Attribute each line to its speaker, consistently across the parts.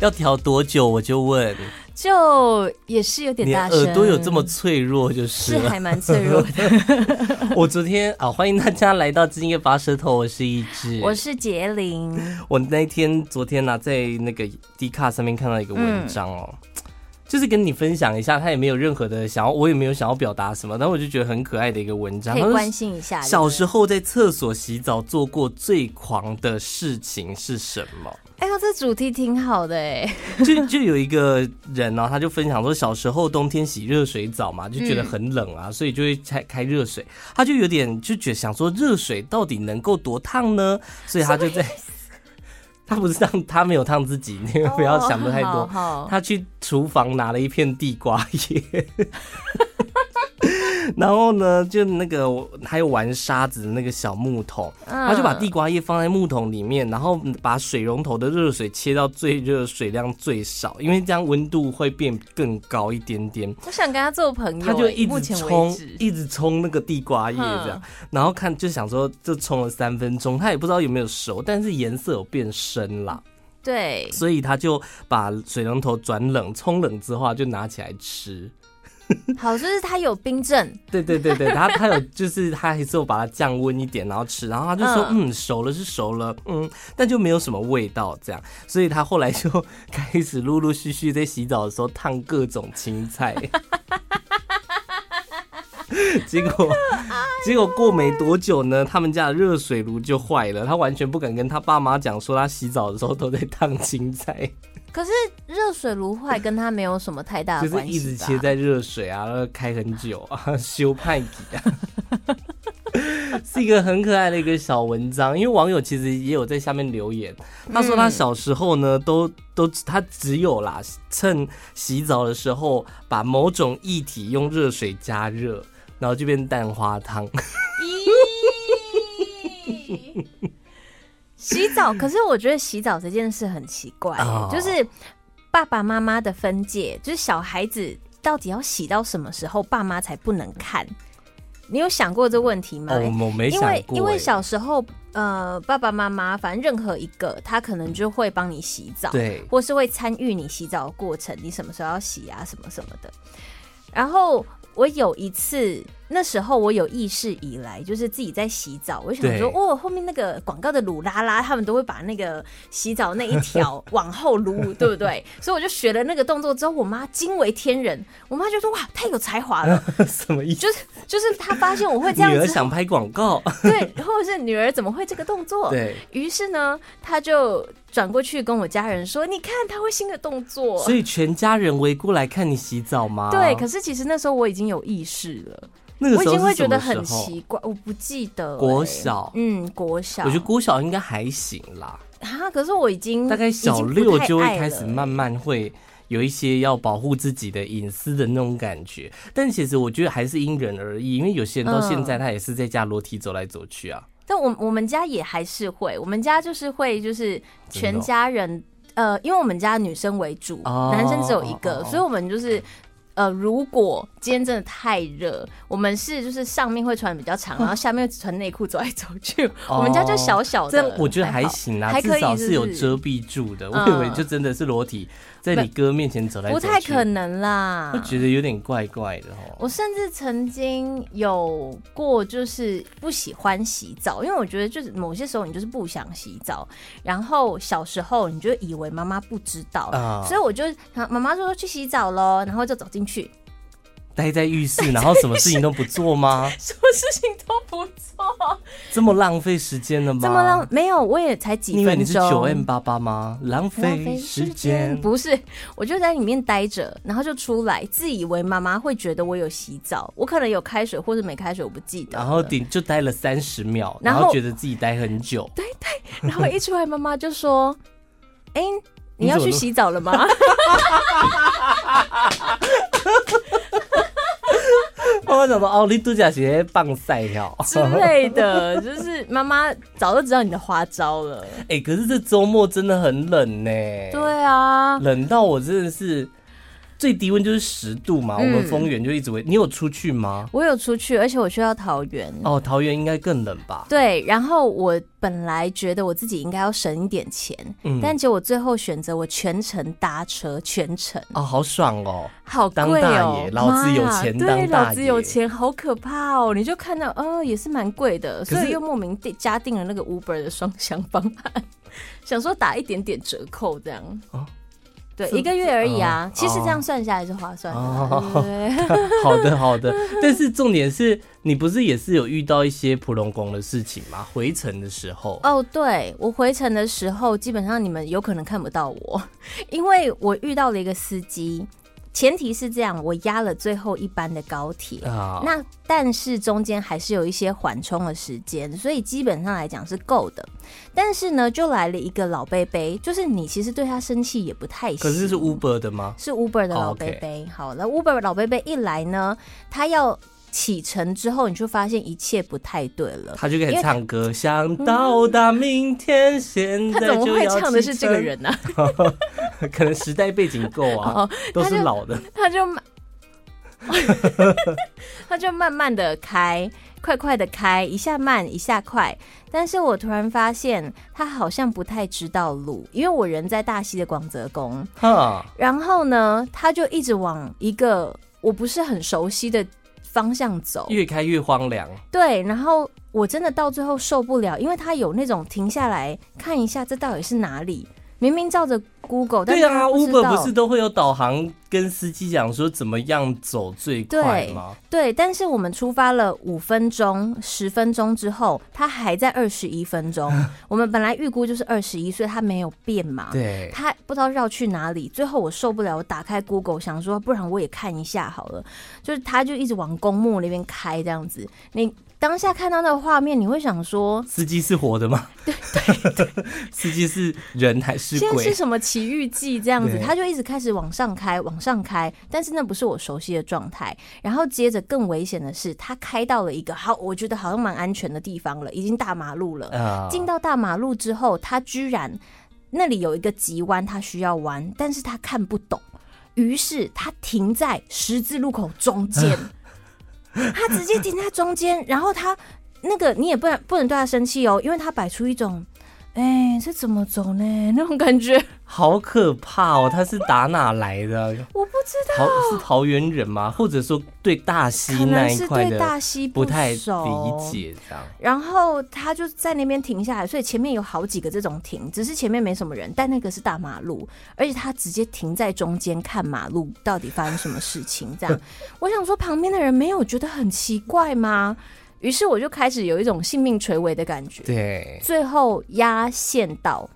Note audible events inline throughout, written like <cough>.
Speaker 1: 要调多久？我就问，
Speaker 2: 就也是有点
Speaker 1: 你
Speaker 2: 大声，
Speaker 1: 耳朵有这么啊脆弱就是
Speaker 2: 是
Speaker 1: 了。
Speaker 2: 还蛮脆弱
Speaker 1: <laughs>
Speaker 2: 的。
Speaker 1: 我昨天啊，欢迎大家来到今夜拔舌头，我是一只，
Speaker 2: 我是杰林，
Speaker 1: 我那天昨天呢、啊在那个 D 卡上面看到一个文章哦，
Speaker 2: 嗯
Speaker 1: 就是跟你分享一下，他也没有任何的想要，我也没有想要表达什么，但我就觉得很可爱的一个文章。
Speaker 2: 可以
Speaker 1: 他说
Speaker 2: 关心一下。
Speaker 1: 小时
Speaker 2: 候，
Speaker 1: 候在厕所洗澡做过最狂的事情是什么？
Speaker 2: 哎呦，这主题挺好的哎，
Speaker 1: 就就有一个人呢、他就分享说，小时候冬天洗热水澡嘛，就觉得很冷
Speaker 2: 嗯
Speaker 1: 啊，所以就会开开热水。他就有点就觉得想说，热水到底能够多烫呢？所以他就在， <laughs> 他不是烫，他没有烫自己，你们不要想的太多
Speaker 2: 哦。 <laughs> 好好
Speaker 1: 他去厨房拿了一片地瓜叶。 <laughs> 然后呢，就那个还有玩沙子的那个小木桶，
Speaker 2: 嗯
Speaker 1: 他就把地瓜叶放在木桶里面，然后把水龙头的热水切到最热，水量最少，因为这样温度会变更高一点点。
Speaker 2: 我想跟他做朋友哎，
Speaker 1: 他就一
Speaker 2: 目
Speaker 1: 直
Speaker 2: 前为
Speaker 1: 冲，
Speaker 2: 止，嗯
Speaker 1: 一直冲那个地瓜叶这样，然后看就想说，就冲了三分钟，他也不知道有没有熟，但是颜色有变深啦。
Speaker 2: 对，
Speaker 1: 所以他就把水龙头转冷，冲冷之后就拿起来吃。
Speaker 2: 好，就是他有冰镇，
Speaker 1: 对对对对，他他有就是他还是有把它降温一点，然后吃，然后他就说嗯熟了是熟了，嗯，但就没有什么味道这样，所以他后来就开始陆陆续续在洗澡的时候烫各种青菜， <laughs> 结果结果过没多久呢，他们家的热水炉就坏了，他完全不敢跟他爸妈讲说他洗澡的时候都在烫青菜。
Speaker 2: 可是热水
Speaker 1: <laughs>
Speaker 2: 炉坏跟他没有什么太大
Speaker 1: 就
Speaker 2: 的
Speaker 1: 是
Speaker 2: 关系吧，
Speaker 1: 一直切在热水啊，然后开很久啊， <laughs> 修派底啊， <laughs> 是一个很可爱的一个小文章。因为网友其实也有在下面留言，他说
Speaker 2: 嗯
Speaker 1: 他小时候呢，都都他只有啦，趁洗澡的时候把某种液体用热水加热，然后就变蛋花汤。
Speaker 2: 咦 <laughs> 洗澡，可是我觉得洗澡这件事很奇怪、
Speaker 1: 哦
Speaker 2: 就是爸爸妈妈的分界，就是小孩子到底要洗到什么时候，爸妈才不能看。你有想过这问题吗？
Speaker 1: 哦，我没
Speaker 2: 因
Speaker 1: 想
Speaker 2: 为
Speaker 1: 过、
Speaker 2: 因为
Speaker 1: 欸
Speaker 2: 小时候，呃，爸爸妈妈反正任何一个，他可能就会帮你洗澡，
Speaker 1: 对 <laughs>
Speaker 2: 或是会参与你洗澡的过程，你什么时候要洗啊，什么什么的。然后我有一次，那时候我有意识以来，就是自己在洗澡，我就想说，
Speaker 1: 对
Speaker 2: 哦，后面那个广告的鲁拉拉，他们都会把那个洗澡那一条往后撸，对
Speaker 1: <laughs>
Speaker 2: 不对？所以我就学了那个动作之后，我妈惊为天人，我妈就说哇，太有才华
Speaker 1: <laughs>
Speaker 2: 了，
Speaker 1: 什么意思？
Speaker 2: 就是就是她发现我会这
Speaker 1: 女
Speaker 2: 样
Speaker 1: 儿
Speaker 2: 子，
Speaker 1: 想拍广告，
Speaker 2: <laughs> 对，或者是女儿怎么会这个动作？
Speaker 1: 对。
Speaker 2: 于是呢，她就转过去跟我家人说：“你看，她会新的动作。”
Speaker 1: 所以全家人围过来看你洗澡吗？
Speaker 2: 对，可是其实那时候我已经有意识了，
Speaker 1: 啊那个
Speaker 2: 我已
Speaker 1: 时候
Speaker 2: 经
Speaker 1: 是
Speaker 2: 会觉
Speaker 1: 什
Speaker 2: 得
Speaker 1: 么时
Speaker 2: 很
Speaker 1: 候
Speaker 2: 奇怪，我不记得欸、
Speaker 1: 国小
Speaker 2: 嗯，国小，
Speaker 1: 我觉得郭晓应该还行啦，
Speaker 2: 啊，可是我已经
Speaker 1: 大概
Speaker 2: 已经
Speaker 1: 小
Speaker 2: 不
Speaker 1: 六
Speaker 2: 太
Speaker 1: 就会
Speaker 2: 爱
Speaker 1: 开始
Speaker 2: 了
Speaker 1: 慢慢会有一些要保护自己的隐私的那种感觉。但其实我觉得还是因人而异，因为有些人到现在他也是在家裸体走来走去啊。
Speaker 2: 但我我们家也还是会，我们家就是会就是
Speaker 1: 真的
Speaker 2: 全
Speaker 1: 哦
Speaker 2: 家人，呃，因为我们家女生为主，
Speaker 1: 哦
Speaker 2: 男生只有一个，
Speaker 1: 哦哦
Speaker 2: 所以我们就是。呃，如果今天真的太热，我们是就是上面会穿比较长，然后下面会穿内裤走来走去。
Speaker 1: 啊哦
Speaker 2: 我们家就小嗯小的，
Speaker 1: 这样我觉得
Speaker 2: 还
Speaker 1: 还
Speaker 2: 好
Speaker 1: 行啦，
Speaker 2: 还可
Speaker 1: 至
Speaker 2: 以
Speaker 1: 少
Speaker 2: 是
Speaker 1: 是有
Speaker 2: 不是
Speaker 1: 遮蔽住的。
Speaker 2: 嗯
Speaker 1: 我以为就真的是裸体在你哥面前走来走
Speaker 2: 不
Speaker 1: 去，
Speaker 2: 太可能啦。
Speaker 1: 我觉得有点怪怪的哦。
Speaker 2: 我甚至曾经有过，就是不喜欢洗澡，因为我觉得就是某些时候你就是不想洗澡，然后小时候你就以为妈妈不知道，
Speaker 1: 啊
Speaker 2: <laughs> 所以我就啊妈妈就说去洗澡喽，然后就走进去， <laughs>
Speaker 1: 待在浴室，然后什么事情都不做
Speaker 2: <laughs>
Speaker 1: 吗？
Speaker 2: 什么事情都不做，
Speaker 1: 这么浪费时间了吗？
Speaker 2: 这么浪没有，我也才
Speaker 1: 你
Speaker 2: 几
Speaker 1: 以为
Speaker 2: 分
Speaker 1: 你是九 M
Speaker 2: 钟。
Speaker 1: 八八吗？浪费时间。
Speaker 2: 不是，我就在里面待着，然后就出来，自以为妈妈会觉得我有洗澡，我可能有开水或者没开水，我不记得了。
Speaker 1: 然后顶就待了三十秒，
Speaker 2: 然
Speaker 1: 然
Speaker 2: 后
Speaker 1: 后觉得自己待很久。 <laughs>
Speaker 2: 然后一出来，妈妈就说：“哎、你
Speaker 1: 你
Speaker 2: 要
Speaker 1: 怎么
Speaker 2: 去
Speaker 1: 那
Speaker 2: 洗澡
Speaker 1: <laughs>
Speaker 2: 了吗
Speaker 1: 我妈想说，哦，你度假鞋棒晒
Speaker 2: <laughs>
Speaker 1: 掉。？”
Speaker 2: 之类的，就是妈妈早就知道你的花招了。
Speaker 1: 哎、可是这周末真的很冷呢、
Speaker 2: 对啊，
Speaker 1: 冷到我真的是，最低温就是十度嘛，
Speaker 2: 嗯
Speaker 1: 我们丰原就一直为。你有出去吗？
Speaker 2: 我有出去，而且我去到桃园。
Speaker 1: 哦，桃园应该更冷吧？
Speaker 2: 嗯对，然后我本来觉得我自己应该要省一点钱，
Speaker 1: 嗯
Speaker 2: 但结果最后选择我全程搭车，全程
Speaker 1: 哦，好爽哦！
Speaker 2: 好
Speaker 1: 当
Speaker 2: 贵
Speaker 1: 大
Speaker 2: 哦
Speaker 1: 爷，老子有
Speaker 2: 妈
Speaker 1: 钱
Speaker 2: 对，
Speaker 1: 当大
Speaker 2: 老子有
Speaker 1: 爷
Speaker 2: 钱，好可怕哦！你就看到，呃，也是蛮贵的，
Speaker 1: 可
Speaker 2: 所以
Speaker 1: 是
Speaker 2: 又莫名定加定了那个 Uber 的双向方案， <laughs> 想说打一点点折扣这样。
Speaker 1: 哦
Speaker 2: 对，
Speaker 1: 是
Speaker 2: 一个月而已啊
Speaker 1: 哦，
Speaker 2: 其实这样算下来是划算的啦，
Speaker 1: 哦
Speaker 2: 对不对？
Speaker 1: 好
Speaker 2: <laughs>
Speaker 1: 的，好的。但是重点是你不是也是有遇到一些普龙宫的事情吗？回程的时候，
Speaker 2: 哦，对我回程的时候，基本上你们有可能看不到我， <laughs> 因为我遇到了一个司机，前提是这样，我压了最后一班的高铁，
Speaker 1: 啊，
Speaker 2: 那但是中间还是有一些缓冲的时间，所以基本上来讲是够的。但是呢，就来了一个老贝贝，就是你其实对他生气也不太行。
Speaker 1: 可是是 Uber 的吗？
Speaker 2: 是 Uber 的
Speaker 1: 哦
Speaker 2: 老
Speaker 1: ，OK
Speaker 2: 贝贝。好，那 Uber 老贝贝一来呢，他要启程之后，你就发现一切不太对了。
Speaker 1: 他就开
Speaker 2: 因
Speaker 1: 始
Speaker 2: 为
Speaker 1: 唱歌，想到达明天，现
Speaker 2: 他
Speaker 1: 在
Speaker 2: 怎么
Speaker 1: 就
Speaker 2: 会
Speaker 1: 要
Speaker 2: 唱的
Speaker 1: 启
Speaker 2: 是这个
Speaker 1: 程？
Speaker 2: 人呢、啊？
Speaker 1: <laughs> 可能时代背景够啊，
Speaker 2: 哦，
Speaker 1: <laughs> 都
Speaker 2: 他
Speaker 1: 是
Speaker 2: 就
Speaker 1: 老
Speaker 2: <laughs>
Speaker 1: 的。
Speaker 2: 他就慢，他就慢慢的开，快快的开，一下慢一下快。但是我突然发现他好像不太知道路，因为我人在大溪的广泽宫，
Speaker 1: 哈，
Speaker 2: 然后呢，他就一直往一个我不是很熟悉的方向走。
Speaker 1: 越开越荒凉。
Speaker 2: 对，然后我真的到最后受不了，因为他有那种停下来看一下这到底是哪里，明明照着 Google，但
Speaker 1: 对
Speaker 2: 是
Speaker 1: 啊
Speaker 2: 他不知
Speaker 1: ，Uber
Speaker 2: 道
Speaker 1: 不是都会有导航跟司机讲说怎么样走最快吗？
Speaker 2: 对，但是我们出发了五分钟、十分钟之后，它还在二十一分钟。我们本来预估就是二十一，所以它没有变嘛。
Speaker 1: 对，
Speaker 2: 它不知道绕去哪里，最后我受不了，我打开 Google 想说，不然我也看一下好了。就是它就一直往公墓那边开这样子，你当下看到那个画面，你会想说，
Speaker 1: 司机是活的吗？ <laughs> 对对司机是人还是
Speaker 2: 现在是
Speaker 1: 鬼？
Speaker 2: 什么奇遇记这样子
Speaker 1: 对，
Speaker 2: 他就一直开始往上开，往上开，但是那不是我熟悉的状态。然后接着更危险的是，他开到了一个好，我觉得好像蛮安全的地方了，已经大马路了。
Speaker 1: 啊
Speaker 2: 进到大马路之后，他居然那里有一个急弯，他需要弯，但是他看不懂，于是他停在十字路口中
Speaker 1: <laughs>
Speaker 2: 间，他直接停在中间，然后他那个你也不能不能对他生气哦，因为他摆出一种。哎、这怎么走呢？那种感觉，
Speaker 1: 好可怕哦！他是打哪来的？
Speaker 2: 我不知道，
Speaker 1: 桃是桃园人吗？或者说对大
Speaker 2: 可
Speaker 1: 溪那
Speaker 2: 能
Speaker 1: 一
Speaker 2: 是
Speaker 1: 块
Speaker 2: 对
Speaker 1: 的
Speaker 2: 大溪
Speaker 1: 不太理
Speaker 2: 熟。
Speaker 1: 解这样？
Speaker 2: 然后他就在那边停下来，所以前面有好几个这种停，只是前面没什么人，但那个是大马路，而且他直接停在中间看马路到底发生什么事
Speaker 1: <laughs>
Speaker 2: 情。这样，我想说旁边的人没有觉得很奇怪吗？于是我就开始有一种性命垂危的感觉。
Speaker 1: 对，
Speaker 2: 最后压线到，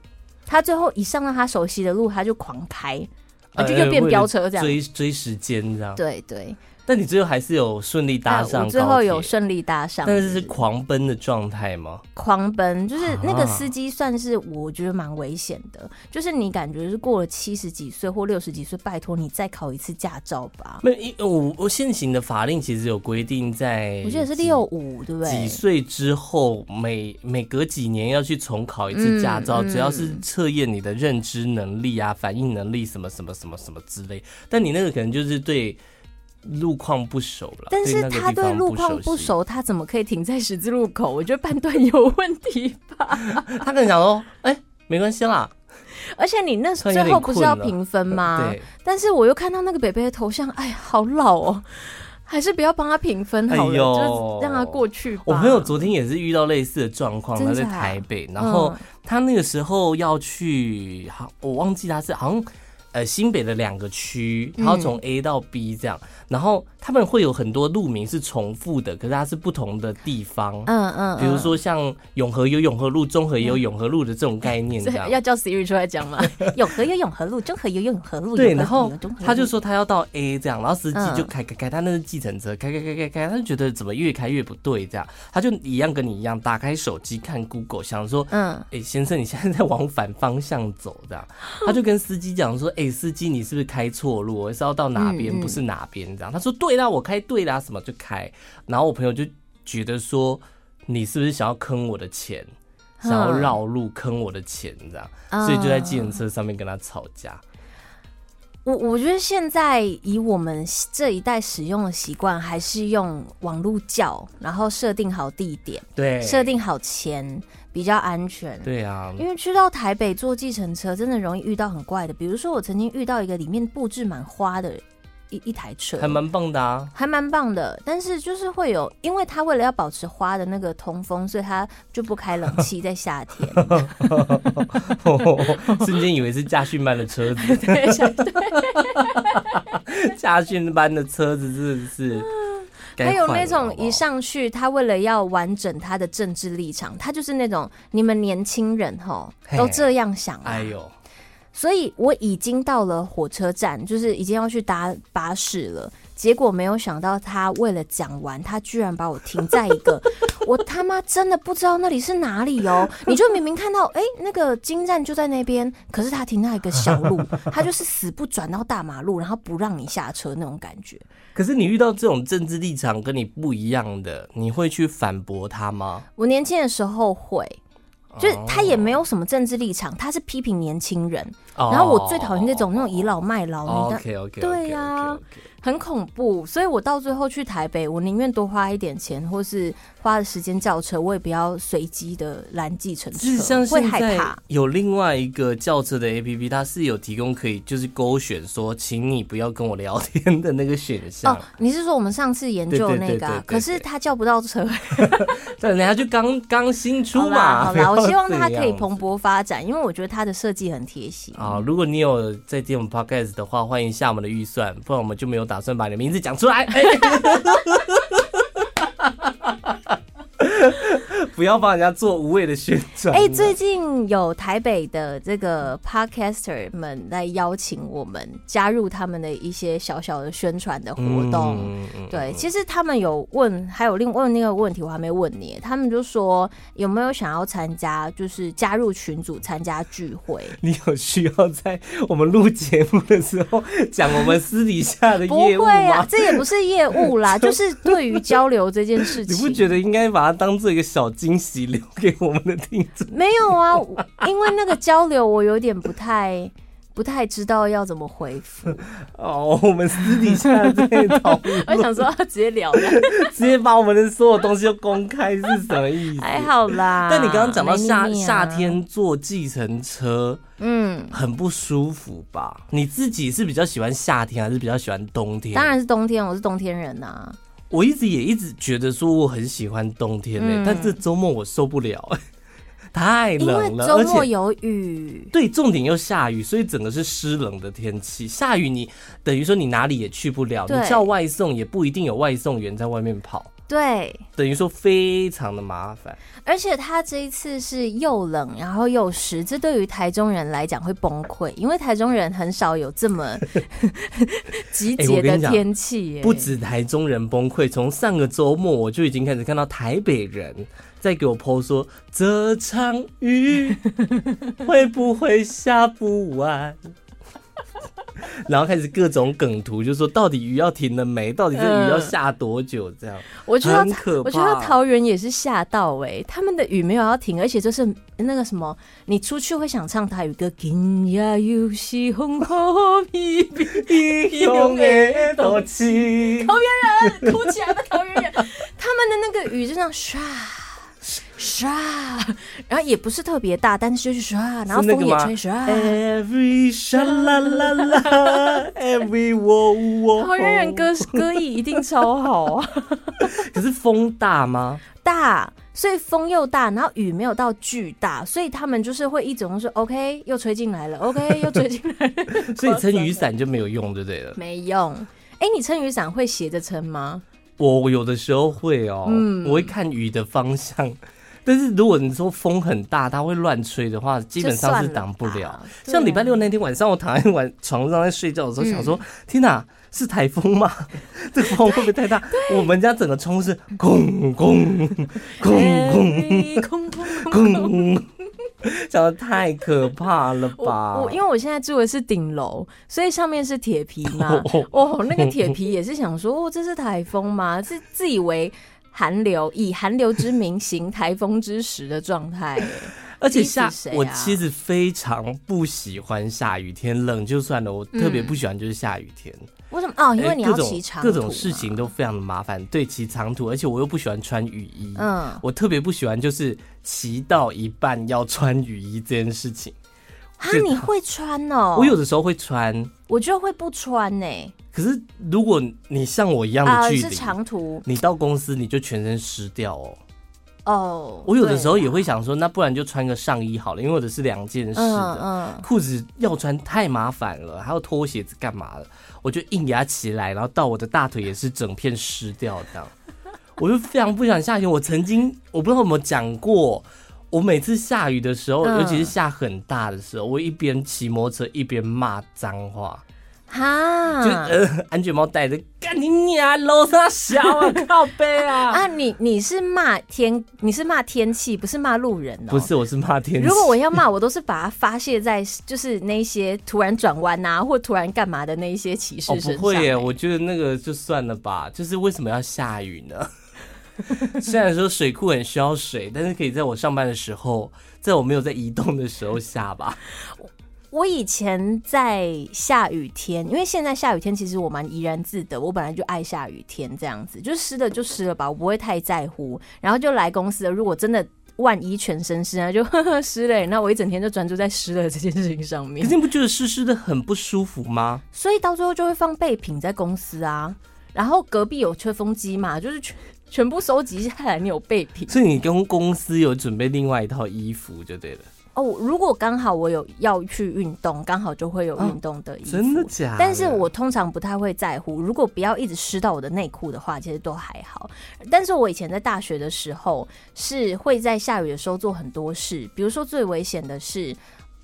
Speaker 2: 他最后一上到他熟悉的路，他就狂开，
Speaker 1: 嗯
Speaker 2: 啊就又变飙车这样
Speaker 1: 呃为了追追时间这样。
Speaker 2: 对对，
Speaker 1: 但你最后还是有顺利搭
Speaker 2: 但
Speaker 1: 上
Speaker 2: 我最后有
Speaker 1: 高铁，
Speaker 2: 顺利搭上，
Speaker 1: 但是是狂奔的状态吗？
Speaker 2: 狂奔，就是那个
Speaker 1: 啊
Speaker 2: 司机算是我觉得蛮危险的，就是你感觉是过了七十几岁或六十几岁，拜托你再考一次驾照吧。
Speaker 1: 没有，因我我现行的法令其实有规定在，
Speaker 2: 我记得是六哎五，对不
Speaker 1: 几
Speaker 2: 对？
Speaker 1: 岁之后，每每隔几年要去重考一次驾照，
Speaker 2: 嗯
Speaker 1: 只要是测验你的认知能力啊、反应能力什么什么什么什么之类。但你那个可能就是对路况不熟了，
Speaker 2: 但是
Speaker 1: 那个
Speaker 2: 他
Speaker 1: 地方
Speaker 2: 对路况
Speaker 1: 不
Speaker 2: 不
Speaker 1: 悉，
Speaker 2: 熟，他怎么可以停在十字路口？我觉得判断有问题
Speaker 1: <laughs>
Speaker 2: 吧。
Speaker 1: 他可能想说，哎、没关系啦，
Speaker 2: 而且你那
Speaker 1: 突然有
Speaker 2: 最
Speaker 1: 点
Speaker 2: 后不是要
Speaker 1: 困了
Speaker 2: 评分吗？
Speaker 1: 对，
Speaker 2: 但是我又看到那个北北的头像，哎，好老
Speaker 1: <laughs>
Speaker 2: 哦，还是不要帮他评分好了，
Speaker 1: 哎呦
Speaker 2: 就让他过去吧。
Speaker 1: 我朋友昨天也是遇到类似的状况，
Speaker 2: 真
Speaker 1: 他在
Speaker 2: 假
Speaker 1: 台北，然后
Speaker 2: 嗯
Speaker 1: 他那个时候要去，好，我忘记他是好像。呃，新北的两个区，
Speaker 2: 嗯
Speaker 1: 然后从 A 到 B 这样，然后他们会有很多路名是重复的，可是它是不同的地方，
Speaker 2: 嗯嗯，
Speaker 1: 比如
Speaker 2: 嗯
Speaker 1: 说像永和有永和路，中和也有永和路的这种概念这
Speaker 2: 这
Speaker 1: 样。
Speaker 2: 要叫 Siri 出来讲
Speaker 1: <laughs>
Speaker 2: 吗？永和有永和路，中和有永和路。
Speaker 1: 对，
Speaker 2: 永和
Speaker 1: 然后
Speaker 2: 有中和路
Speaker 1: 他就说他要到 A 这样，然后司机就
Speaker 2: 嗯
Speaker 1: 开开开，他那是计程车，开开开开开，他就觉得怎么越开越不对这样，他就一样跟你一样打开手机看 Google，想说
Speaker 2: 嗯，
Speaker 1: 哎、先生，你现在在往反方向走，这样，他就跟司机讲说，哎、司机，你是不是开错路？我是要到哪边，
Speaker 2: 嗯嗯
Speaker 1: 不是哪边，这样。他说对啦，我开对啦，什么就开。然后我朋友就觉得说，你是不是想要坑我的钱，想要
Speaker 2: 嗯
Speaker 1: 绕路坑我的钱，这样，所以就在计
Speaker 2: 嗯
Speaker 1: 程车上面跟他吵架。
Speaker 2: 我我觉得现在以我们这一代使用的习惯，还是用网络叫，然后设定好地点，
Speaker 1: 对，
Speaker 2: 设定好钱，比较安全。
Speaker 1: 对啊，
Speaker 2: 因为去到台北坐计程车，真的容易遇到很怪的，比如说我曾经遇到一个里面布置满花的一一台车，
Speaker 1: 还蛮棒的
Speaker 2: <laughs>
Speaker 1: 啊。
Speaker 2: 还蛮棒的，但是就是会有，因为它为了要保持花的那个通风，所以它就不开冷气，在夏天。
Speaker 1: 瞬间以为是驾训班的车子，
Speaker 2: <laughs> 对，夏天
Speaker 1: <laughs> 驾训班的车子真的是。
Speaker 2: 嗯还有那
Speaker 1: <laughs> 该换了好
Speaker 2: 种
Speaker 1: 不好
Speaker 2: 一上去，他为了要完整他的政治立场，他就是那种你们年轻人吼
Speaker 1: 嘿
Speaker 2: 都这样想、啊，
Speaker 1: 哎呦，
Speaker 2: 所以我已经到了火车站，就是已经要去搭巴士了。结果没有想到，他为了讲完，他居然把我停在一个， <laughs> 我他妈真的不知道那里是哪
Speaker 1: <laughs>
Speaker 2: 里哦！你就明明看到，哎、那个金站就在那边，可是他停在一个小
Speaker 1: <laughs>
Speaker 2: 路，他就是死不转到大马路，然后不让你下车那种感觉。
Speaker 1: 可是你遇到这种政治立场跟你不一样的，你会去反驳他吗？
Speaker 2: 我年轻的时候会，就是他也没有什么政治立场，他是批评年轻人。
Speaker 1: 哦。
Speaker 2: 然后我最讨厌那种那种倚老卖老，你的
Speaker 1: OK OK，
Speaker 2: 对啊很恐怖，所以我到最后去台北，我宁愿多花一点钱，或是花的时间叫车，我也不要随机的拦计程
Speaker 1: 就是
Speaker 2: 车，
Speaker 1: 像
Speaker 2: 会
Speaker 1: 现
Speaker 2: 害
Speaker 1: 在
Speaker 2: 怕。
Speaker 1: 有另外一个轿车的 APP，它是有提供可以就是勾选说，请你不要跟我聊天的那个选项，
Speaker 2: 哦，你是说我们上次研究的那个、啊
Speaker 1: 对对对对对对？
Speaker 2: 可是他叫不到车，
Speaker 1: 但人家就刚刚新
Speaker 2: 好
Speaker 1: 出嘛。
Speaker 2: 啦
Speaker 1: <laughs>
Speaker 2: 好啦，我希望
Speaker 1: 它
Speaker 2: 他可以蓬勃发展，因为我觉得他的设计很贴心。
Speaker 1: 啊！如果你有在听我们 podcast 的话，欢迎下我们的预算，不然我们就没有打算把你的名字讲出
Speaker 2: <laughs>
Speaker 1: 来。哎不要帮人家做无谓的宣传。
Speaker 2: 哎、最近有台北的这个 podcaster 们来邀请我们加入他们的一些小小的宣传的活动。
Speaker 1: 嗯嗯
Speaker 2: 对，其实他们有问，还有另问那个问题，我还没问你。他们就说有没有想要参加，就是加入群组参加聚会？
Speaker 1: 你有需要在我们录节目的时候讲我们私底下的
Speaker 2: 不
Speaker 1: 呃业务
Speaker 2: 会啊
Speaker 1: 吗？，
Speaker 2: 这也不是业务啦，
Speaker 1: <laughs>
Speaker 2: 就是对于交流这件事
Speaker 1: 你
Speaker 2: 情，
Speaker 1: 不觉得应该把它当做一个小惊喜留给我们的听众？
Speaker 2: 没有啊？我因为那个交流，我有点不太。不太知道要怎么回
Speaker 1: <laughs>
Speaker 2: 复，
Speaker 1: 哦，我们私底下在讨论，
Speaker 2: 我想说要直接聊的，
Speaker 1: 直接把我们的所有东西都公开是什么意思？
Speaker 2: 还好啦。
Speaker 1: 但你刚刚讲到夏、
Speaker 2: 没秘密啊
Speaker 1: 夏，天坐计程车
Speaker 2: 嗯，
Speaker 1: 很不舒服吧？你自己是比较喜欢夏天还是比较喜欢冬天？
Speaker 2: 当，然是冬天，我是冬天人呐、啊
Speaker 1: 我一直也一直觉得说我很喜欢冬天呢、
Speaker 2: 嗯
Speaker 1: 但这周末我受不了、 <laughs> 太
Speaker 2: 因为
Speaker 1: 冷了，
Speaker 2: 周
Speaker 1: 而
Speaker 2: 末
Speaker 1: 且。
Speaker 2: 有雨，
Speaker 1: 对，重点又下雨，所以整个是湿冷的天气。下雨你等于说你哪里也去不了，
Speaker 2: 对
Speaker 1: 你叫外送也不一定有外送员在外面跑，
Speaker 2: 对，
Speaker 1: 等于说非常的麻烦。
Speaker 2: 而且它这一次是又冷然后又湿，这对于台中人来讲会崩溃，因为台中人很少有这么
Speaker 1: <laughs>
Speaker 2: 集
Speaker 1: 哎
Speaker 2: 结的天气、耶
Speaker 1: 不止台中人崩溃，从上个周末我就已经开始看到台北人在给我剖说这场雨会不会下不完。然后开始各种梗图，就说到底雨要停了没？到底这雨要下多久？这样、
Speaker 2: 我觉得
Speaker 1: 很可
Speaker 2: 我
Speaker 1: 怕。
Speaker 2: 觉得桃园也是吓到哎、他们的雨没有要停，而且就是那个什么，你出去会想唱台语歌，今夜又是红火屁屁，
Speaker 1: <laughs> 永远都起，
Speaker 2: 哭起来的桃园 <laughs> 人，他们的那个雨就这样唰。唰，然后也不是特别大，但是就是唰，然后
Speaker 1: 是那
Speaker 2: 风
Speaker 1: 个
Speaker 2: 也
Speaker 1: 吗
Speaker 2: 吹唰，
Speaker 1: 哎 Every sha la la la，Every wo wo。
Speaker 2: 桃园人歌歌艺一定超好啊，
Speaker 1: 可是风大吗？
Speaker 2: 大，所以风又大，然后雨没有到巨大，所以他们就是会一种说 OK 又吹进来了，OK 又吹进 <laughs> 来了，
Speaker 1: 所以撑雨伞就没有用，对不对了？
Speaker 2: 没用。哎、你撑雨伞会斜着撑吗？
Speaker 1: <laughs> 我有的时候会哦，我会看雨的方向。但是如果你说风很大，它会乱吹的话，基本上是挡不
Speaker 2: 就算
Speaker 1: 了啊
Speaker 2: 了吧。
Speaker 1: 像礼拜
Speaker 2: 对
Speaker 1: 六那天晚上，我躺在晚床上在睡觉的时候，想说：天哪，是台风吗？ <laughs> 这个风会不会太大？我们家整个窗户是空空空空
Speaker 2: 哎空空空
Speaker 1: <laughs>
Speaker 2: 空。
Speaker 1: 空，讲的太可怕了
Speaker 2: 我
Speaker 1: 吧
Speaker 2: 我？因为我现在住的是顶楼，所以上面是铁皮嘛
Speaker 1: <laughs> 。哦
Speaker 2: 哦，那个铁皮也是想说，哦，这是台风吗？是自以为寒流，以寒流之名行台风之实的状态。 <laughs>
Speaker 1: 而且
Speaker 2: 你指
Speaker 1: 下、
Speaker 2: 谁
Speaker 1: 我
Speaker 2: 啊
Speaker 1: 其实非常不喜欢下雨天，冷就算了，我特别
Speaker 2: 嗯
Speaker 1: 不喜欢就是下雨天，
Speaker 2: 为什么？哦，因
Speaker 1: 哎
Speaker 2: 为你
Speaker 1: 各
Speaker 2: 要
Speaker 1: 种
Speaker 2: 骑长途
Speaker 1: 各种事
Speaker 2: 嘛
Speaker 1: 情都非常的麻烦，对，骑长途，而且我又不喜欢穿雨衣，
Speaker 2: 嗯，
Speaker 1: 我特别不喜欢就是骑到一半要穿雨衣这件事情。
Speaker 2: 啊
Speaker 1: 这，
Speaker 2: 你会穿哦？
Speaker 1: 我有，的时候会穿，
Speaker 2: 我就会不穿呢、
Speaker 1: 可是如果你像我一样
Speaker 2: 啊、
Speaker 1: 的距
Speaker 2: 是
Speaker 1: 离，
Speaker 2: 长途
Speaker 1: 你到公司你就全身湿掉哦。
Speaker 2: 哦。
Speaker 1: 我有的时候
Speaker 2: 对
Speaker 1: 也
Speaker 2: 啦
Speaker 1: 会想说，那不然就穿个上衣好了，因为我的是两件式
Speaker 2: 嗯
Speaker 1: 的，
Speaker 2: 嗯，
Speaker 1: 裤子要穿太麻烦了，还要脱鞋子干嘛的？我就硬压起来，然后到我的大腿也是整片湿掉这样。 <laughs> 我就非常不想下雨。我曾经我不知道有没有讲过，我每次下雨的时候，
Speaker 2: 嗯
Speaker 1: 尤其是下很大的时候，我一边骑摩托车一边骂脏话，
Speaker 2: 哈，
Speaker 1: 就、呃安全帽戴着，干你娘，楼上小
Speaker 2: <laughs>
Speaker 1: 啊，靠背啊！
Speaker 2: 啊，你你是骂天，你是骂天气，不是骂路人哦。
Speaker 1: 不是，我是骂天气。
Speaker 2: 如果我要骂，我都是把它发泄在就是那些突然转弯呐，或突然干嘛的那一些歧视
Speaker 1: 哦，
Speaker 2: 身上、
Speaker 1: 不会耶，
Speaker 2: 哎
Speaker 1: 我觉得那个就算了吧。就是为什么要下雨呢？ <laughs> 虽然说水库很需要水，但是可以在我上班的时候，在我没有在移动的时候下
Speaker 2: <laughs>
Speaker 1: 吧。
Speaker 2: 我以前在下雨天，因为现在下雨天其实我蛮怡然自得，我本来就爱下雨天这样子，就是湿的就湿了吧，我不会太在乎。然后就来公司了，如果真的万一全身湿啊，就 <laughs> 呵呵湿了，那我一整天就专注在湿了这件事情上
Speaker 1: 可
Speaker 2: 面
Speaker 1: 是，你不觉得湿湿的很不舒服吗？
Speaker 2: 所以到最后就会放备品在公司啊，然后隔壁有吹风机嘛，就是全全部收集下来，你有备品。
Speaker 1: 所以你跟公司有准备另外一套衣服就对了。
Speaker 2: 哦，如果刚好我有要去运动，刚好就会有运动的衣服。
Speaker 1: 哦真的假的？
Speaker 2: 但是我通常不太会在乎，如果不要一直湿到我的内裤的话，其实都还好。但是我以前在大学的时候，是会在下雨的时候做很多事，比如说最危险的是，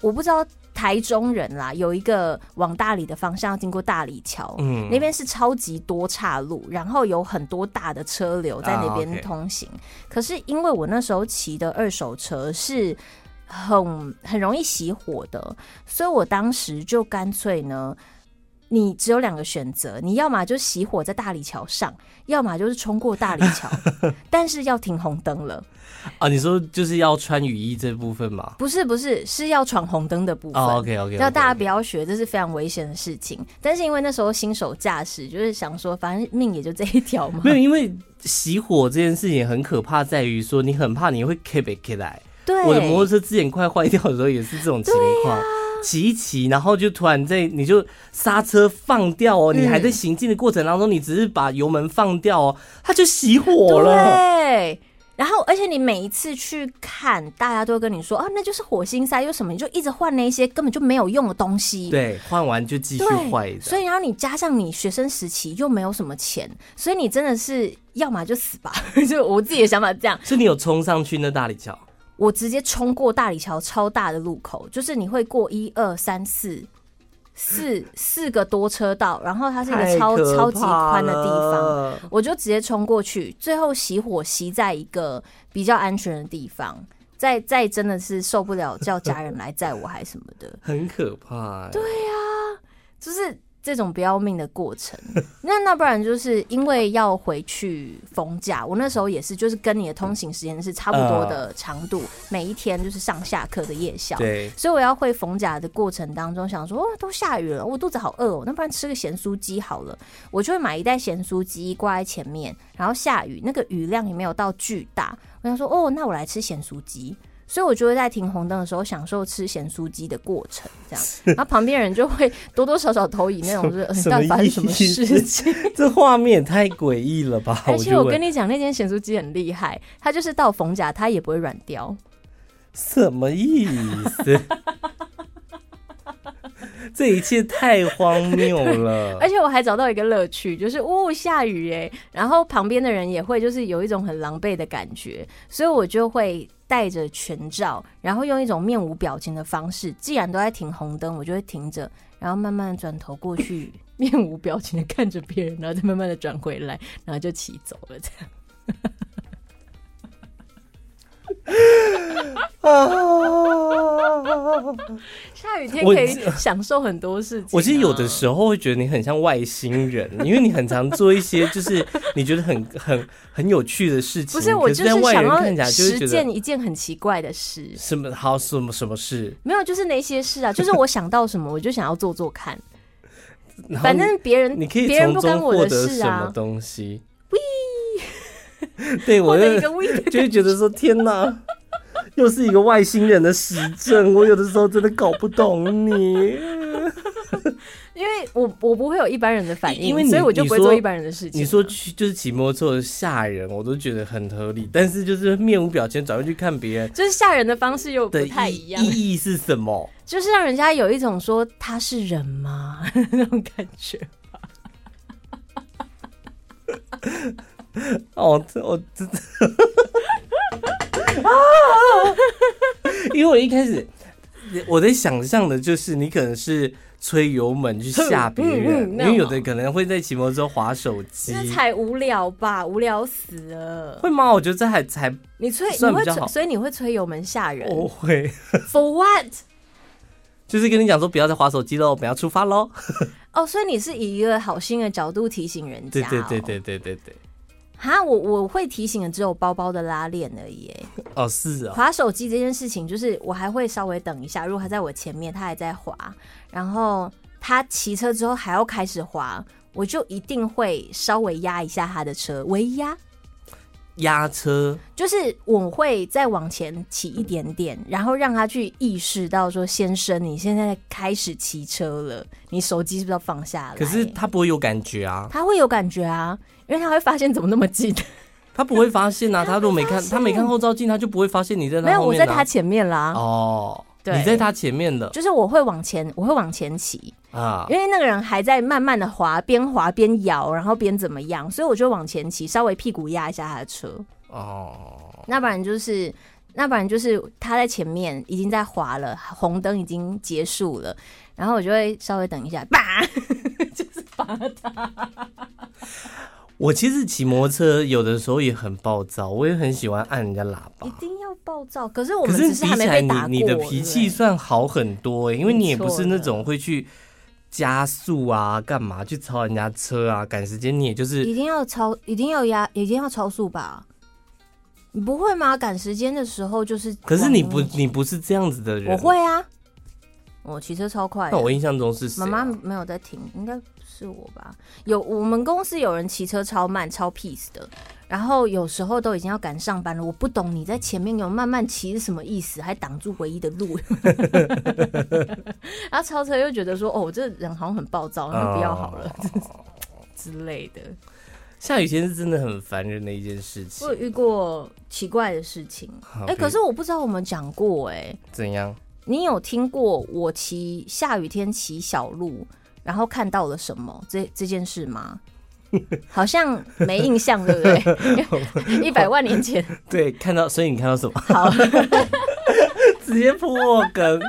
Speaker 2: 我不知道台中人啦，有一个往大理的方向要经过大理桥，
Speaker 1: 嗯
Speaker 2: 那边是超级多岔路，然后有很多大的车流在那
Speaker 1: 啊，OK
Speaker 2: 边通行。可是因为我那时候骑的二手车是很很容易熄火的，所以我当时就干脆呢。你只有两个选择，你要么就熄火在大理桥上，要么就是冲过大理
Speaker 1: <laughs>
Speaker 2: 桥，但是要停红灯了。
Speaker 1: 啊，你说就是要穿雨衣这部分嘛？
Speaker 2: 不是不是，是要闯红灯的部分。
Speaker 1: 哦，OK OK，
Speaker 2: 要大家不要学，这是非常危险的事情。但是因为那时候新手驾驶，就是想说，反正命也就这一条嘛
Speaker 1: 没。有，因为熄火这件事情很可怕，在于说你很怕你会 K 被 K 来。
Speaker 2: 对，
Speaker 1: 我的摩托车之前快坏掉的时候也是这种情况，骑一骑，然后就突然在你就刹车放掉哦，
Speaker 2: 嗯
Speaker 1: 你还在行进的过程当中，你只是把油门放掉哦，它就熄火了。
Speaker 2: 对。然后，而且你每一次去看，大家都会跟你说啊，那就是火星塞，又什么，你就一直换那些根本就没有用的东西。
Speaker 1: 对，换完就继续
Speaker 2: 对
Speaker 1: 坏的。
Speaker 2: 所以然后你加上你学生时期又没有什么钱，所以你真的是要么就死吧， <laughs> 就我自己的想法是这样。
Speaker 1: 所以你有冲上去那大理桥，
Speaker 2: 我直接冲过大理桥超大的路口，就是你会过一二三四四四个多车道，然后它是一个超
Speaker 1: 太可
Speaker 2: 超级
Speaker 1: 怕
Speaker 2: 宽的地方，
Speaker 1: 了。
Speaker 2: 我就直接冲过去，最后熄火熄在一个比较安全的地方。再再真的是受不了，叫家人来载我还什么的，
Speaker 1: 很可怕、对，
Speaker 2: 就是这种不要命的过程。那那不然就是因为要回去逢假，我那时候也是，就是跟你的通行时间是差不多的长度，每一天就是上下课的夜校。
Speaker 1: 对，
Speaker 2: 所以我要会逢甲的过程当中，想说哦，都下雨了，我肚子好饿哦，那不然吃个咸酥鸡好了。我就会买一袋咸酥鸡挂在前面，然后下雨，那个雨量也没有到巨大，我想说哦，那我来吃咸酥鸡。所以我就会在停红灯的时候享受吃咸酥鸡的过程，
Speaker 1: <laughs>
Speaker 2: 这样，然后旁边人就会多多少少投以那种就是呃
Speaker 1: 什
Speaker 2: <laughs> 到底发生
Speaker 1: 什
Speaker 2: 什
Speaker 1: 么
Speaker 2: 么
Speaker 1: 意思
Speaker 2: 事情。
Speaker 1: <laughs> 这画面也太诡异了吧！
Speaker 2: <laughs> 而且
Speaker 1: 就
Speaker 2: 我跟
Speaker 1: 问
Speaker 2: 你讲，那间咸酥鸡很厉害，它就是到逢甲它也不会软掉。
Speaker 1: 什么意
Speaker 2: <laughs>
Speaker 1: 思？这一切太荒谬了。
Speaker 2: 而且我还找到一个乐趣，就是哦下雨哎，然后旁边的人也会就是有一种很狼狈的感觉，所以我就会戴着全罩，然后用一种面无表情的方式，既然都在停红灯，我就会停着，然后慢慢转头过
Speaker 1: <laughs>
Speaker 2: 去，面无表情的看着别人，然后再慢慢的转回来，然后就骑走了这样。啊下雨
Speaker 1: <laughs> <laughs>
Speaker 2: 天
Speaker 1: 我
Speaker 2: 可以享受很多事情、啊
Speaker 1: 我其实有的，时候会觉得你很像外星人，因为你很常做一些就是你觉得很 <laughs> 很很有趣的事情，
Speaker 2: 不是我
Speaker 1: 可
Speaker 2: 就是
Speaker 1: 在
Speaker 2: 是
Speaker 1: 外
Speaker 2: 想
Speaker 1: 人看起
Speaker 2: 要
Speaker 1: 来就会
Speaker 2: 实
Speaker 1: 觉
Speaker 2: 践
Speaker 1: 得
Speaker 2: 一件很奇怪
Speaker 1: <laughs>
Speaker 2: 的事。
Speaker 1: 什么好什么什么事，
Speaker 2: 没有，就是那些事啊，就是我想到什么，我就想要做做看。
Speaker 1: 然后
Speaker 2: 反正别人
Speaker 1: 你可以
Speaker 2: 别人
Speaker 1: 从
Speaker 2: 不
Speaker 1: 中
Speaker 2: 干我
Speaker 1: 获
Speaker 2: 的
Speaker 1: 得
Speaker 2: 事
Speaker 1: 什么
Speaker 2: 啊，
Speaker 1: 东西。 <laughs> 对，我
Speaker 2: 获
Speaker 1: 就
Speaker 2: 得一个 win
Speaker 1: 就会觉得说天哪，又是一个外星人的实证，我有的时候真的搞不懂你。
Speaker 2: 因为我我不会有一般人的反应，
Speaker 1: 因为你
Speaker 2: 所以我就不会
Speaker 1: 你说
Speaker 2: 做一般人的事情啊。
Speaker 1: 你说去就是骑摩托车吓人，我都觉得很合理，但是就是面无表情转过去看别人
Speaker 2: 就是吓人的方式又
Speaker 1: 的
Speaker 2: 不
Speaker 1: 意
Speaker 2: 太一样，
Speaker 1: 意义是什么？
Speaker 2: 就是让人家有一种说他是人吗 <laughs> 那种感觉。
Speaker 1: 哦，这我这
Speaker 2: <laughs>
Speaker 1: 这， <laughs> 因为我一开始我在想象的就是你可能是吹油门去吓别人，
Speaker 2: 嗯嗯嗯
Speaker 1: 因为有的可能会在骑摩托车划手机，
Speaker 2: 这才无聊吧，无聊死了！
Speaker 1: 会吗？我觉得这还才
Speaker 2: 你吹，你
Speaker 1: 算
Speaker 2: 会
Speaker 1: 比较
Speaker 2: 吹，
Speaker 1: 好哦
Speaker 2: 所以你会吹油门吓人。
Speaker 1: 我会，
Speaker 2: For what？
Speaker 1: 就是跟你讲说不要再划手机喽，不要出发喽。
Speaker 2: 哦，所以你是以一个好心的角度提醒人家、哦
Speaker 1: 对对对。对对对对，
Speaker 2: 哈，我我会提醒的只有包包的拉链而已耶。
Speaker 1: 哦是哦，
Speaker 2: 划手机这件事情，就是我还会稍微等一下，如果他在我前面，他还在滑，然后他骑车之后还要开始滑，我就一定会稍微压一下他的车，微压。
Speaker 1: 压车
Speaker 2: 就是我会再往前骑一点点，然后让他去意识到说：“先生，你现在开始骑车了，你手机是不是要放下来？”
Speaker 1: 可是他不会有感觉啊，
Speaker 2: 他会有感觉啊，因为他会发现怎么那么近。
Speaker 1: 他不会发现啊，他如果没看他没看后照镜，他就不会发现你在
Speaker 2: 没
Speaker 1: 那
Speaker 2: 有，
Speaker 1: 后
Speaker 2: 我
Speaker 1: 面啊。
Speaker 2: 在他前面啦，
Speaker 1: 哦，
Speaker 2: 对
Speaker 1: 你在他前面了
Speaker 2: 就是我会往前，我会往前骑，
Speaker 1: 啊
Speaker 2: 因为那个人还在慢慢的滑，边滑边摇，然后边怎么样，所以我就往前骑，稍微屁股压一下他的车，
Speaker 1: 哦，
Speaker 2: 那不然就是。那不然就是他在前面已经在滑了，红灯已经结束了，然后我就会稍微等一下，
Speaker 1: 哦
Speaker 2: 吧，
Speaker 1: 我其实骑摩托车有的时候也很暴躁，我也很喜欢按人家喇
Speaker 2: 一
Speaker 1: 叭。
Speaker 2: 定要暴躁。可是我
Speaker 1: 可
Speaker 2: 们
Speaker 1: 是
Speaker 2: 只
Speaker 1: 比
Speaker 2: 是还
Speaker 1: 起
Speaker 2: 没
Speaker 1: 来
Speaker 2: 被
Speaker 1: 你
Speaker 2: 打过，
Speaker 1: 你的脾气
Speaker 2: 对
Speaker 1: 算好很多、欸，因为你也
Speaker 2: 没
Speaker 1: 不
Speaker 2: 错
Speaker 1: 是那种会去加速啊、干嘛去超人家车啊、赶时间，你也就
Speaker 2: 不对
Speaker 1: 是
Speaker 2: 一定要超，一定要压，一定要超速吧？你不会吗？赶时间的时候就是往，
Speaker 1: 可是你不，你不是这样子的人。
Speaker 2: 我。会啊，我骑车超快的
Speaker 1: 那。我印象中是谁、
Speaker 2: 妈
Speaker 1: 啊？
Speaker 2: 妈没有在听，应该是我吧？有我们公司有人骑车超慢、超 peace 的，然后有时候都已经要赶上班了，我不懂你在前面有慢慢骑是什么意思，还挡住唯一的 <laughs> 路。然后超车又觉得说，哦，这人好像很暴躁，那不要好了、 <laughs> 之类的。
Speaker 1: 下雨天是真的很烦人的一件事情
Speaker 2: 我有。遇过奇怪的事情，
Speaker 1: 好
Speaker 2: 哎、
Speaker 1: 比
Speaker 2: 可是我不知道我们讲过哎、
Speaker 1: 怎样？
Speaker 2: 你有听过我骑下雨天骑小路，然后看到了什么这这件事吗？好像没印象，对不对？一百万年前，
Speaker 1: 对，看到，所以你看到什么？
Speaker 2: 好，
Speaker 1: <laughs> 直接扑我梗。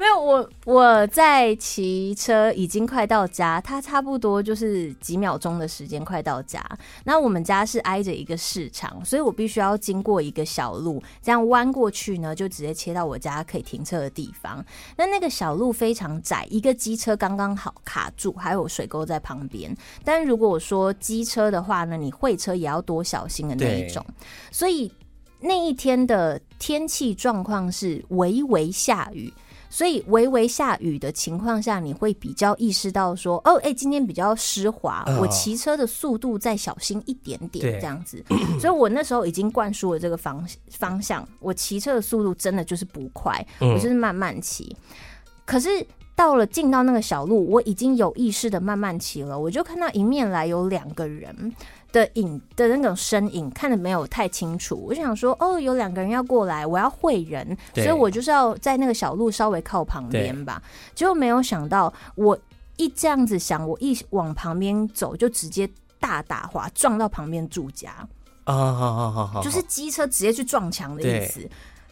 Speaker 2: 没有我我在骑车，已经快到家，它差不多就是几秒钟的时间快到家。那我们家是挨着一个市场，所以我必须要经过一个小路，这样弯过去呢，就直接切到我家可以停车的地方。那那个小路非常窄，一个机车刚刚好卡住，还有水沟在旁边。但如果我说机车的话呢，你会车也要多小心的那一种。所以那一天的天气状况是微微下雨。所以微微下雨的情况下，你会比较意识到说，哦，哎、今天比较湿滑，
Speaker 1: 嗯
Speaker 2: 我骑车的速度再小心一点点，
Speaker 1: 对
Speaker 2: 这样子。所以我那时候已经灌输了这个方方向，我骑车的速度真的就是不快，
Speaker 1: 嗯
Speaker 2: 我就是慢慢骑。可是到了进到那个小路，我已经有意识的慢慢骑了，我就看到迎面来有两个人的影的那种身影，看的没有太清楚。我就想说，哦，有两个人要过来，我要会人，
Speaker 1: 对
Speaker 2: 所以我就是要在那个小路稍微靠旁边吧。结果没有想到，我一这样子想，我一往旁边走，就直接大打滑撞到旁边住家。
Speaker 1: 啊，好好好哦好，
Speaker 2: 就是机车直接去撞墙的意思。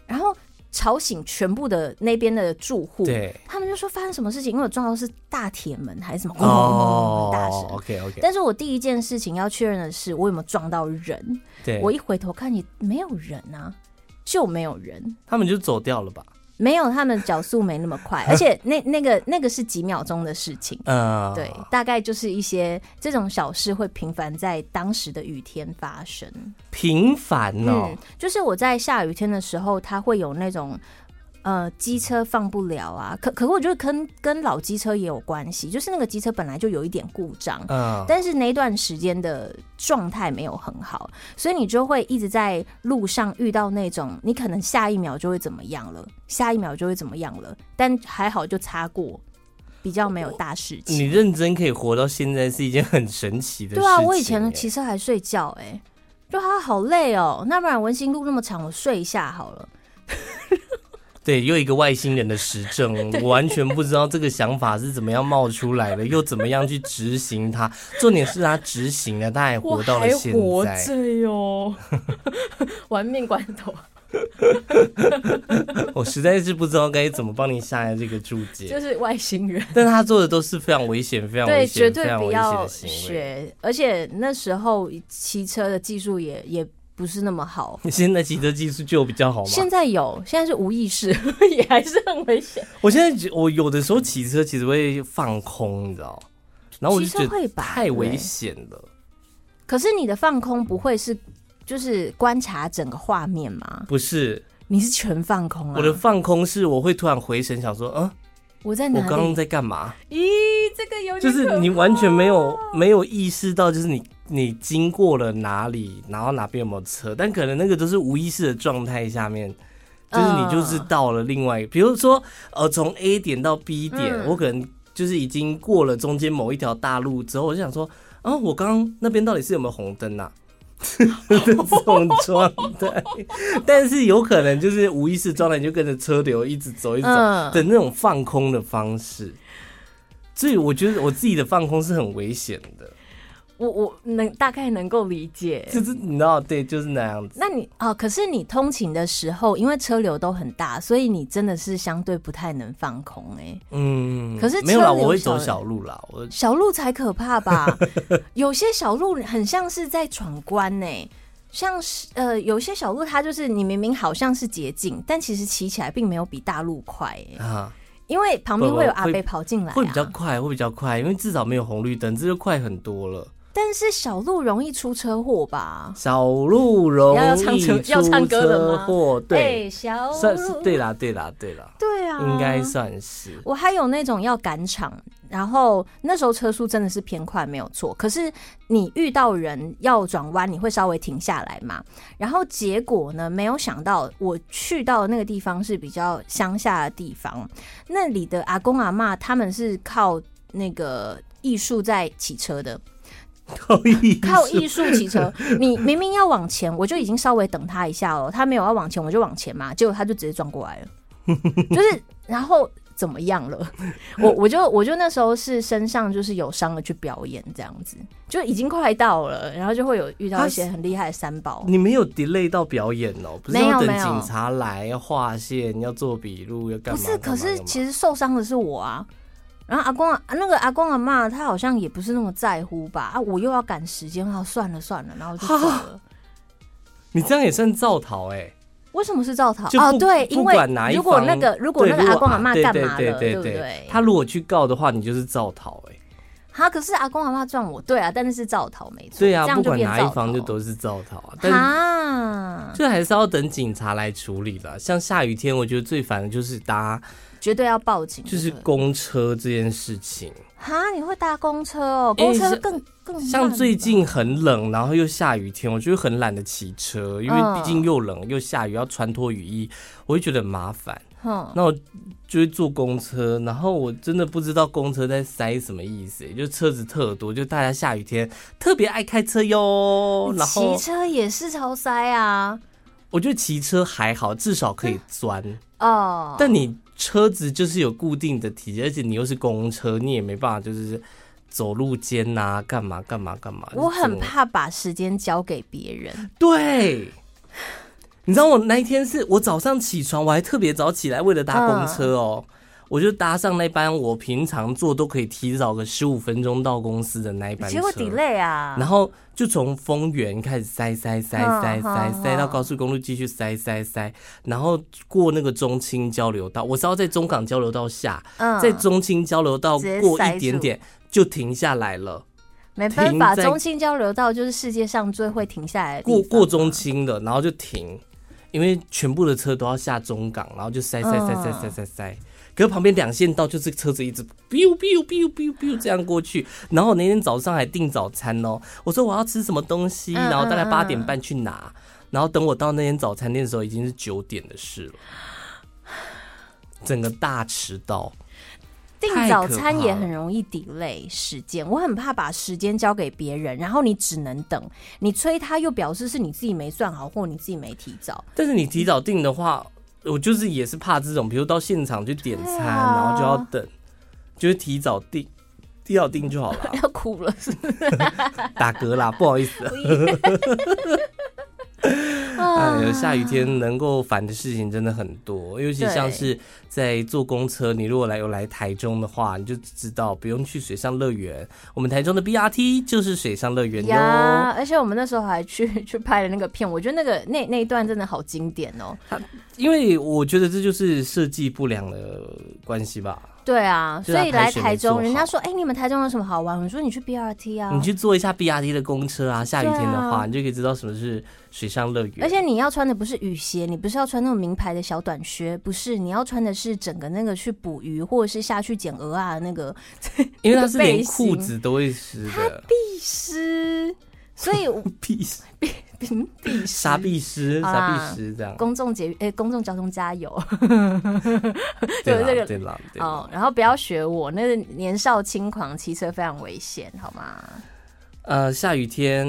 Speaker 2: 然后吵醒全部的那边的住户，
Speaker 1: 对
Speaker 2: 他们就说发生什么事情，因为我撞到是大铁门还是什么，轰轰轰
Speaker 1: 哦
Speaker 2: 很大声。
Speaker 1: ，OK OK，
Speaker 2: 但是我第一件事情要确认的是，我有没有撞到人。
Speaker 1: 对，
Speaker 2: 我一回头看，也没有人啊。就没有人，
Speaker 1: 他们就走掉了吧？
Speaker 2: 没有他们脚速没那么
Speaker 1: <laughs>
Speaker 2: 快，而且那那个那个是几秒钟的事情。
Speaker 1: 嗯、
Speaker 2: 对，大概就是一些这种小事会频繁在当时的雨天发生。
Speaker 1: 频繁哦
Speaker 2: 嗯，，就是我在下雨天的时候，它会有那种呃机车放不了啊，可可我觉得跟跟老机车也有关系，就是那个机车本来就有一点故障，
Speaker 1: 嗯，
Speaker 2: 但是那段时间的状态没有很好，所以你就会一直在路上遇到那种你可能下一秒就会怎么样了，下一秒就会怎么样了，但还好就擦过，比较没有大事
Speaker 1: 你
Speaker 2: 情。
Speaker 1: 认真可以活到现在是一件很神奇的事情欸
Speaker 2: 对
Speaker 1: 耶。
Speaker 2: 啊，我以前骑车还睡觉哎、就他好累哦，那不然文心路那么长，我睡一下好了。
Speaker 1: 对又一个外星人的实
Speaker 2: <laughs>
Speaker 1: 证，我完全不知道这个想法是怎么样冒出来的，又怎么样去执行它。重点是他执行了，他还活到了现在。
Speaker 2: 哟， <laughs> 玩命关头。
Speaker 1: <laughs> 我实在是不知道该怎么帮你下来这个注解。
Speaker 2: 是外星人，
Speaker 1: 但他做的都是非常危险、非常危
Speaker 2: 对，绝
Speaker 1: 险、非
Speaker 2: 对
Speaker 1: 常
Speaker 2: 不
Speaker 1: 危险
Speaker 2: 要
Speaker 1: 的行为。
Speaker 2: 学。而且那时候骑车的技术也也不是那么好，
Speaker 1: 你现在骑车技术就比较好吗？
Speaker 2: 现在有，现在是无意识， <laughs> 也还是很危险。
Speaker 1: 我现在觉我有的时候骑车其实会放空，你知道，然后我就
Speaker 2: 骑车
Speaker 1: 觉得
Speaker 2: 会吧
Speaker 1: 太
Speaker 2: 对
Speaker 1: 危险了。
Speaker 2: 可是你的放空不会是就是观察整个画面吗？
Speaker 1: 不是，
Speaker 2: 你是全放空啊！
Speaker 1: 我的放空是我会突然回神，想说，嗯，
Speaker 2: 我在
Speaker 1: 我
Speaker 2: 哪
Speaker 1: 刚刚
Speaker 2: 里？
Speaker 1: 在干嘛？
Speaker 2: 咦，这个有点
Speaker 1: 就是
Speaker 2: 可
Speaker 1: 你完全没有没有意识到，就是你你经过了哪里，然后哪边有没有车，但可能那个都是无意识的状态下面。就是你就是
Speaker 2: 嗯
Speaker 1: 到了另外一个，比如说呃，从 A 点到 B 点，
Speaker 2: 嗯
Speaker 1: 我可能就是已经过了中间某一条大路之后，我就想说，啊，我刚刚那边到底是有没有红灯啊？ <laughs> 这种状态，但是有可能就是无意识状态，你就跟着车流一直走，一直走
Speaker 2: 嗯
Speaker 1: 的那种放空的方式。所以我觉得我自己的放空是很危险的，
Speaker 2: 我我能大概能够理解。
Speaker 1: 就是你知道，对，就是那样子。
Speaker 2: 那你哦，可是你通勤的时候，因为车流都很大，所以你真的是相对不太能放空哎、
Speaker 1: 嗯，
Speaker 2: 可是
Speaker 1: 没有啦，
Speaker 2: 车流欸
Speaker 1: 我会
Speaker 2: 小
Speaker 1: 走
Speaker 2: 的
Speaker 1: 小路啦，我
Speaker 2: 小路才可
Speaker 1: <laughs>
Speaker 2: 怕吧？有些小路很像是在闯关呢、像是呃，有些小路它就是你明明好像是捷径，但其实骑起来并没有比大路快、欸，
Speaker 1: 啊。
Speaker 2: 因为旁边
Speaker 1: 不
Speaker 2: 会有
Speaker 1: 不
Speaker 2: 阿
Speaker 1: 会
Speaker 2: 伯跑进来、啊，
Speaker 1: 会比较快，会比较快，因为至少没有红绿灯，这就快很多了。
Speaker 2: 但是小路容易出车祸吧？
Speaker 1: 小路容易
Speaker 2: 要要唱车
Speaker 1: 出
Speaker 2: 要唱歌了吗
Speaker 1: 车祸对，
Speaker 2: 哎小路
Speaker 1: 算是对啦，对啦，对啦，
Speaker 2: 对啊，
Speaker 1: 应该算 <laughs> 是。
Speaker 2: 我还有那种要赶场，然后那时候车速真的是偏快，没有错。可是你遇到人要转弯，你会稍微停下来嘛？然后结果呢，没有想到我去到的那个地方是比较乡下的地方，那里的阿公阿嬷他们是靠那个艺术在骑车的，
Speaker 1: 靠艺
Speaker 2: 靠艺术骑
Speaker 1: <laughs>
Speaker 2: 车，你明明要往前，我就已经稍微等他一下哦了，他没有要往前，我就往前嘛，结果他就直接撞过来了，
Speaker 1: <laughs>
Speaker 2: 就是然后怎么样了？我我就我就那时候是身上就是有伤了去表演这样子，就已经快到了，然后就会有遇到一些很厉害的三宝。
Speaker 1: 你没有 delay 到表演哦，不是
Speaker 2: 没有
Speaker 1: 要等
Speaker 2: 没有
Speaker 1: 警察来要划线，要做笔录，要干
Speaker 2: 不
Speaker 1: 嘛？
Speaker 2: 是，
Speaker 1: 干
Speaker 2: 可
Speaker 1: 嘛
Speaker 2: 是
Speaker 1: 干嘛
Speaker 2: 其实受伤的是我啊。然后阿公啊，那个阿公阿妈，他好像也不是那么在乎吧？啊，我又要赶时间，啊，算了算了，然后就走
Speaker 1: <laughs>
Speaker 2: 了。
Speaker 1: 你这样也算造逃哎、
Speaker 2: 为什么是造逃？
Speaker 1: 就
Speaker 2: 哦，
Speaker 1: 不
Speaker 2: 对，
Speaker 1: 不
Speaker 2: 因为
Speaker 1: 管哪一
Speaker 2: 如果
Speaker 1: 方
Speaker 2: 那个如果
Speaker 1: 对啊
Speaker 2: 那个阿公阿妈
Speaker 1: 对
Speaker 2: 干
Speaker 1: 对
Speaker 2: 嘛
Speaker 1: 对
Speaker 2: 了，
Speaker 1: 对
Speaker 2: 不
Speaker 1: 对
Speaker 2: 对？
Speaker 1: 他如果去告的话，你就是造逃哎、
Speaker 2: 他可是阿公阿妈撞我，对啊，但是是造逃没错，
Speaker 1: 对啊
Speaker 2: 这，样
Speaker 1: 不
Speaker 2: 就
Speaker 1: 管
Speaker 2: 变
Speaker 1: 哪一
Speaker 2: 造
Speaker 1: 方就
Speaker 2: 逃
Speaker 1: 都是造逃啊。但
Speaker 2: 啊，
Speaker 1: 这还是要等警察来处理啦。像下雨天，我觉得最烦的就是搭
Speaker 2: 绝对要报警，
Speaker 1: 就是
Speaker 2: 对不对
Speaker 1: 公车这件事情。
Speaker 2: 哈，你会搭公车哦，
Speaker 1: 因
Speaker 2: 公
Speaker 1: 为
Speaker 2: 车
Speaker 1: 像
Speaker 2: 更更慢
Speaker 1: 哎像最
Speaker 2: 吧
Speaker 1: 近很冷，然后又下雨天，我就很懒得骑车，因为
Speaker 2: 嗯
Speaker 1: 毕竟又冷又下雨，要穿脱雨衣，我会觉得很麻烦。
Speaker 2: 哼
Speaker 1: 那我就会坐公车，然后我真的不知道公车在塞什么意思、就车子特多，就大家下雨天特别爱开车哟。然
Speaker 2: 骑
Speaker 1: 后
Speaker 2: 车也是超塞啊，
Speaker 1: 我觉得骑车还好，至少可以钻。
Speaker 2: 哦，
Speaker 1: 但你车子就是有固定的体积，而且你又是公车，你也没办法就是走路间呐、干嘛干嘛干嘛。
Speaker 2: 我
Speaker 1: 就
Speaker 2: 很
Speaker 1: 是这种。
Speaker 2: 怕把时间交给别人，
Speaker 1: 对，你知道我那一天是我早上起床，我还特别早起来为了搭公车哦。我就搭上那班我平常坐都可以提早个十五分钟到公司的那一班车
Speaker 2: 结，果 delay 啊，
Speaker 1: 然后就从丰原开始塞塞塞
Speaker 2: 嗯
Speaker 1: 塞塞
Speaker 2: 嗯
Speaker 1: 塞到
Speaker 2: 嗯
Speaker 1: 高速公路，继续塞塞塞，然后过那个中清交流道，我是要在中港交流道下，
Speaker 2: 嗯，
Speaker 1: 在中清交流道
Speaker 2: 直接
Speaker 1: 过
Speaker 2: 塞
Speaker 1: 一点
Speaker 2: 住
Speaker 1: 点就停下来了。
Speaker 2: 没办法，
Speaker 1: 停在
Speaker 2: 中心交流道就是世界上最会停下来的地
Speaker 1: 过
Speaker 2: 方
Speaker 1: 过中清的，然后就停，因为全部的车都要下中港，然后就塞塞塞塞塞塞塞。
Speaker 2: 嗯
Speaker 1: 可是旁边两线道就是车子一直 biu biu biu biu biu 这样过去，然后我那天早上还订早餐哦，我说我要吃什么东西，
Speaker 2: 嗯
Speaker 1: 然后大概
Speaker 2: 嗯
Speaker 1: 八点半去拿，然后等我到那间早餐店的时候已经是九点的事了，整个大迟到。
Speaker 2: 订
Speaker 1: 太
Speaker 2: 早
Speaker 1: 可
Speaker 2: 餐
Speaker 1: 怕
Speaker 2: 也
Speaker 1: 了
Speaker 2: 很容易 delay 时间，我很怕把时间交给别人，然后你只能等，你催他又表示是你自己没算好，或你自己没提早。
Speaker 1: 但是你提早订的话，我就是也是怕这种，比如到现场去点餐，
Speaker 2: 对啊
Speaker 1: 然后就要等，就是提早订，提早订就好了
Speaker 2: <laughs> <laughs> 。要哭了是
Speaker 1: 打嗝啦，不好意思。哎呦，下雨天能够烦的事情真的很多，尤其像是在坐公车，你如果来有来台中的话，你就知道不用去水上乐园，我们台中的 BRT 就是水上乐园哟。
Speaker 2: 呀！而且我们那时候还去去拍了那个片，我觉得那个那那一段真的好经典哦。
Speaker 1: 因为我觉得这就是设计不良的关系吧。
Speaker 2: 对啊，
Speaker 1: 对啊
Speaker 2: 所以
Speaker 1: 排
Speaker 2: 来
Speaker 1: 水没
Speaker 2: 台中，
Speaker 1: 做
Speaker 2: 人家
Speaker 1: 好
Speaker 2: 说哎、你们台中有什么好玩？我说你去 BRT 啊，
Speaker 1: 你去坐一下 BRT 的公车啊，下雨天的
Speaker 2: 对啊
Speaker 1: 话，你就可以知道什么是水上乐园。
Speaker 2: 而且你要穿的不是雨鞋，你不是要穿那种名牌的小短靴，不是，你要穿的是整个那个去捕鱼或者是下去捡鹅啊那个
Speaker 1: 因为它是
Speaker 2: 那个背
Speaker 1: 连
Speaker 2: 心
Speaker 1: 裤子都会湿的， <laughs>
Speaker 2: 必湿，所以我
Speaker 1: 必湿、
Speaker 2: 嗯必湿。
Speaker 1: 傻必湿、
Speaker 2: 好
Speaker 1: 傻
Speaker 2: 啦
Speaker 1: 必湿这样。
Speaker 2: 啊公众 <laughs> 节诶、公众交通加油
Speaker 1: 对
Speaker 2: 有这个
Speaker 1: 啦，对啦，对啦。
Speaker 2: 哦！然后不要学我，那个年少轻狂，骑车非常危险，好吗？
Speaker 1: 呃，下雨天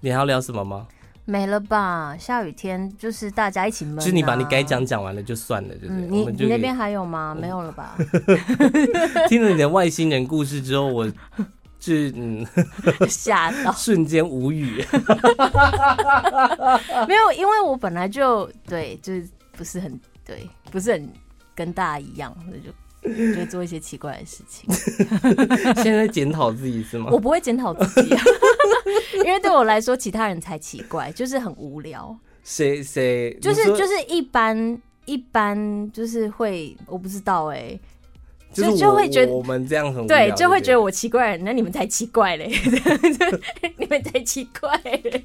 Speaker 1: 你还要聊什么吗？
Speaker 2: 没了吧？下雨天就是大家一起闷、啊。
Speaker 1: 就是你把你该。讲讲完了就算了，对不对？
Speaker 2: 嗯，
Speaker 1: 我
Speaker 2: 你
Speaker 1: 们
Speaker 2: 你
Speaker 1: 就
Speaker 2: 那
Speaker 1: 可以
Speaker 2: 边还有吗？没有了吧？ <laughs>
Speaker 1: 听了你的外星人故事之后，我就嗯 <laughs>
Speaker 2: 吓到。
Speaker 1: 瞬间无语。 <laughs>
Speaker 2: 没有，因为我本来就对，就是不是很对，不是很跟大家一样，所以就就会做一些奇怪的事
Speaker 1: <laughs>
Speaker 2: 情。
Speaker 1: 现在在检讨自己是吗
Speaker 2: 我？不会检讨自己、啊， <laughs> 因为对我来说，其他人才奇怪，就是很无聊，
Speaker 1: 谁谁
Speaker 2: 就是
Speaker 1: 你说
Speaker 2: 就是一般一般就是会，我不知道哎、
Speaker 1: 就
Speaker 2: 就是就
Speaker 1: 我
Speaker 2: 会觉得
Speaker 1: 我们这样很无
Speaker 2: 对，
Speaker 1: 聊
Speaker 2: 就会觉得
Speaker 1: 不
Speaker 2: 我奇怪，那你们才奇
Speaker 1: <laughs>
Speaker 2: 怪嘞，你们才奇怪嘞。
Speaker 1: 对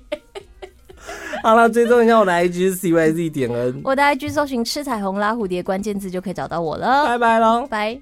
Speaker 1: 好了，追踪一下我的 IG C Y Z 点 N，
Speaker 2: 我的 IG 搜寻“吃彩虹拉蝴蝶”关键字就可以找到我了，
Speaker 1: 拜拜喽。
Speaker 2: 拜。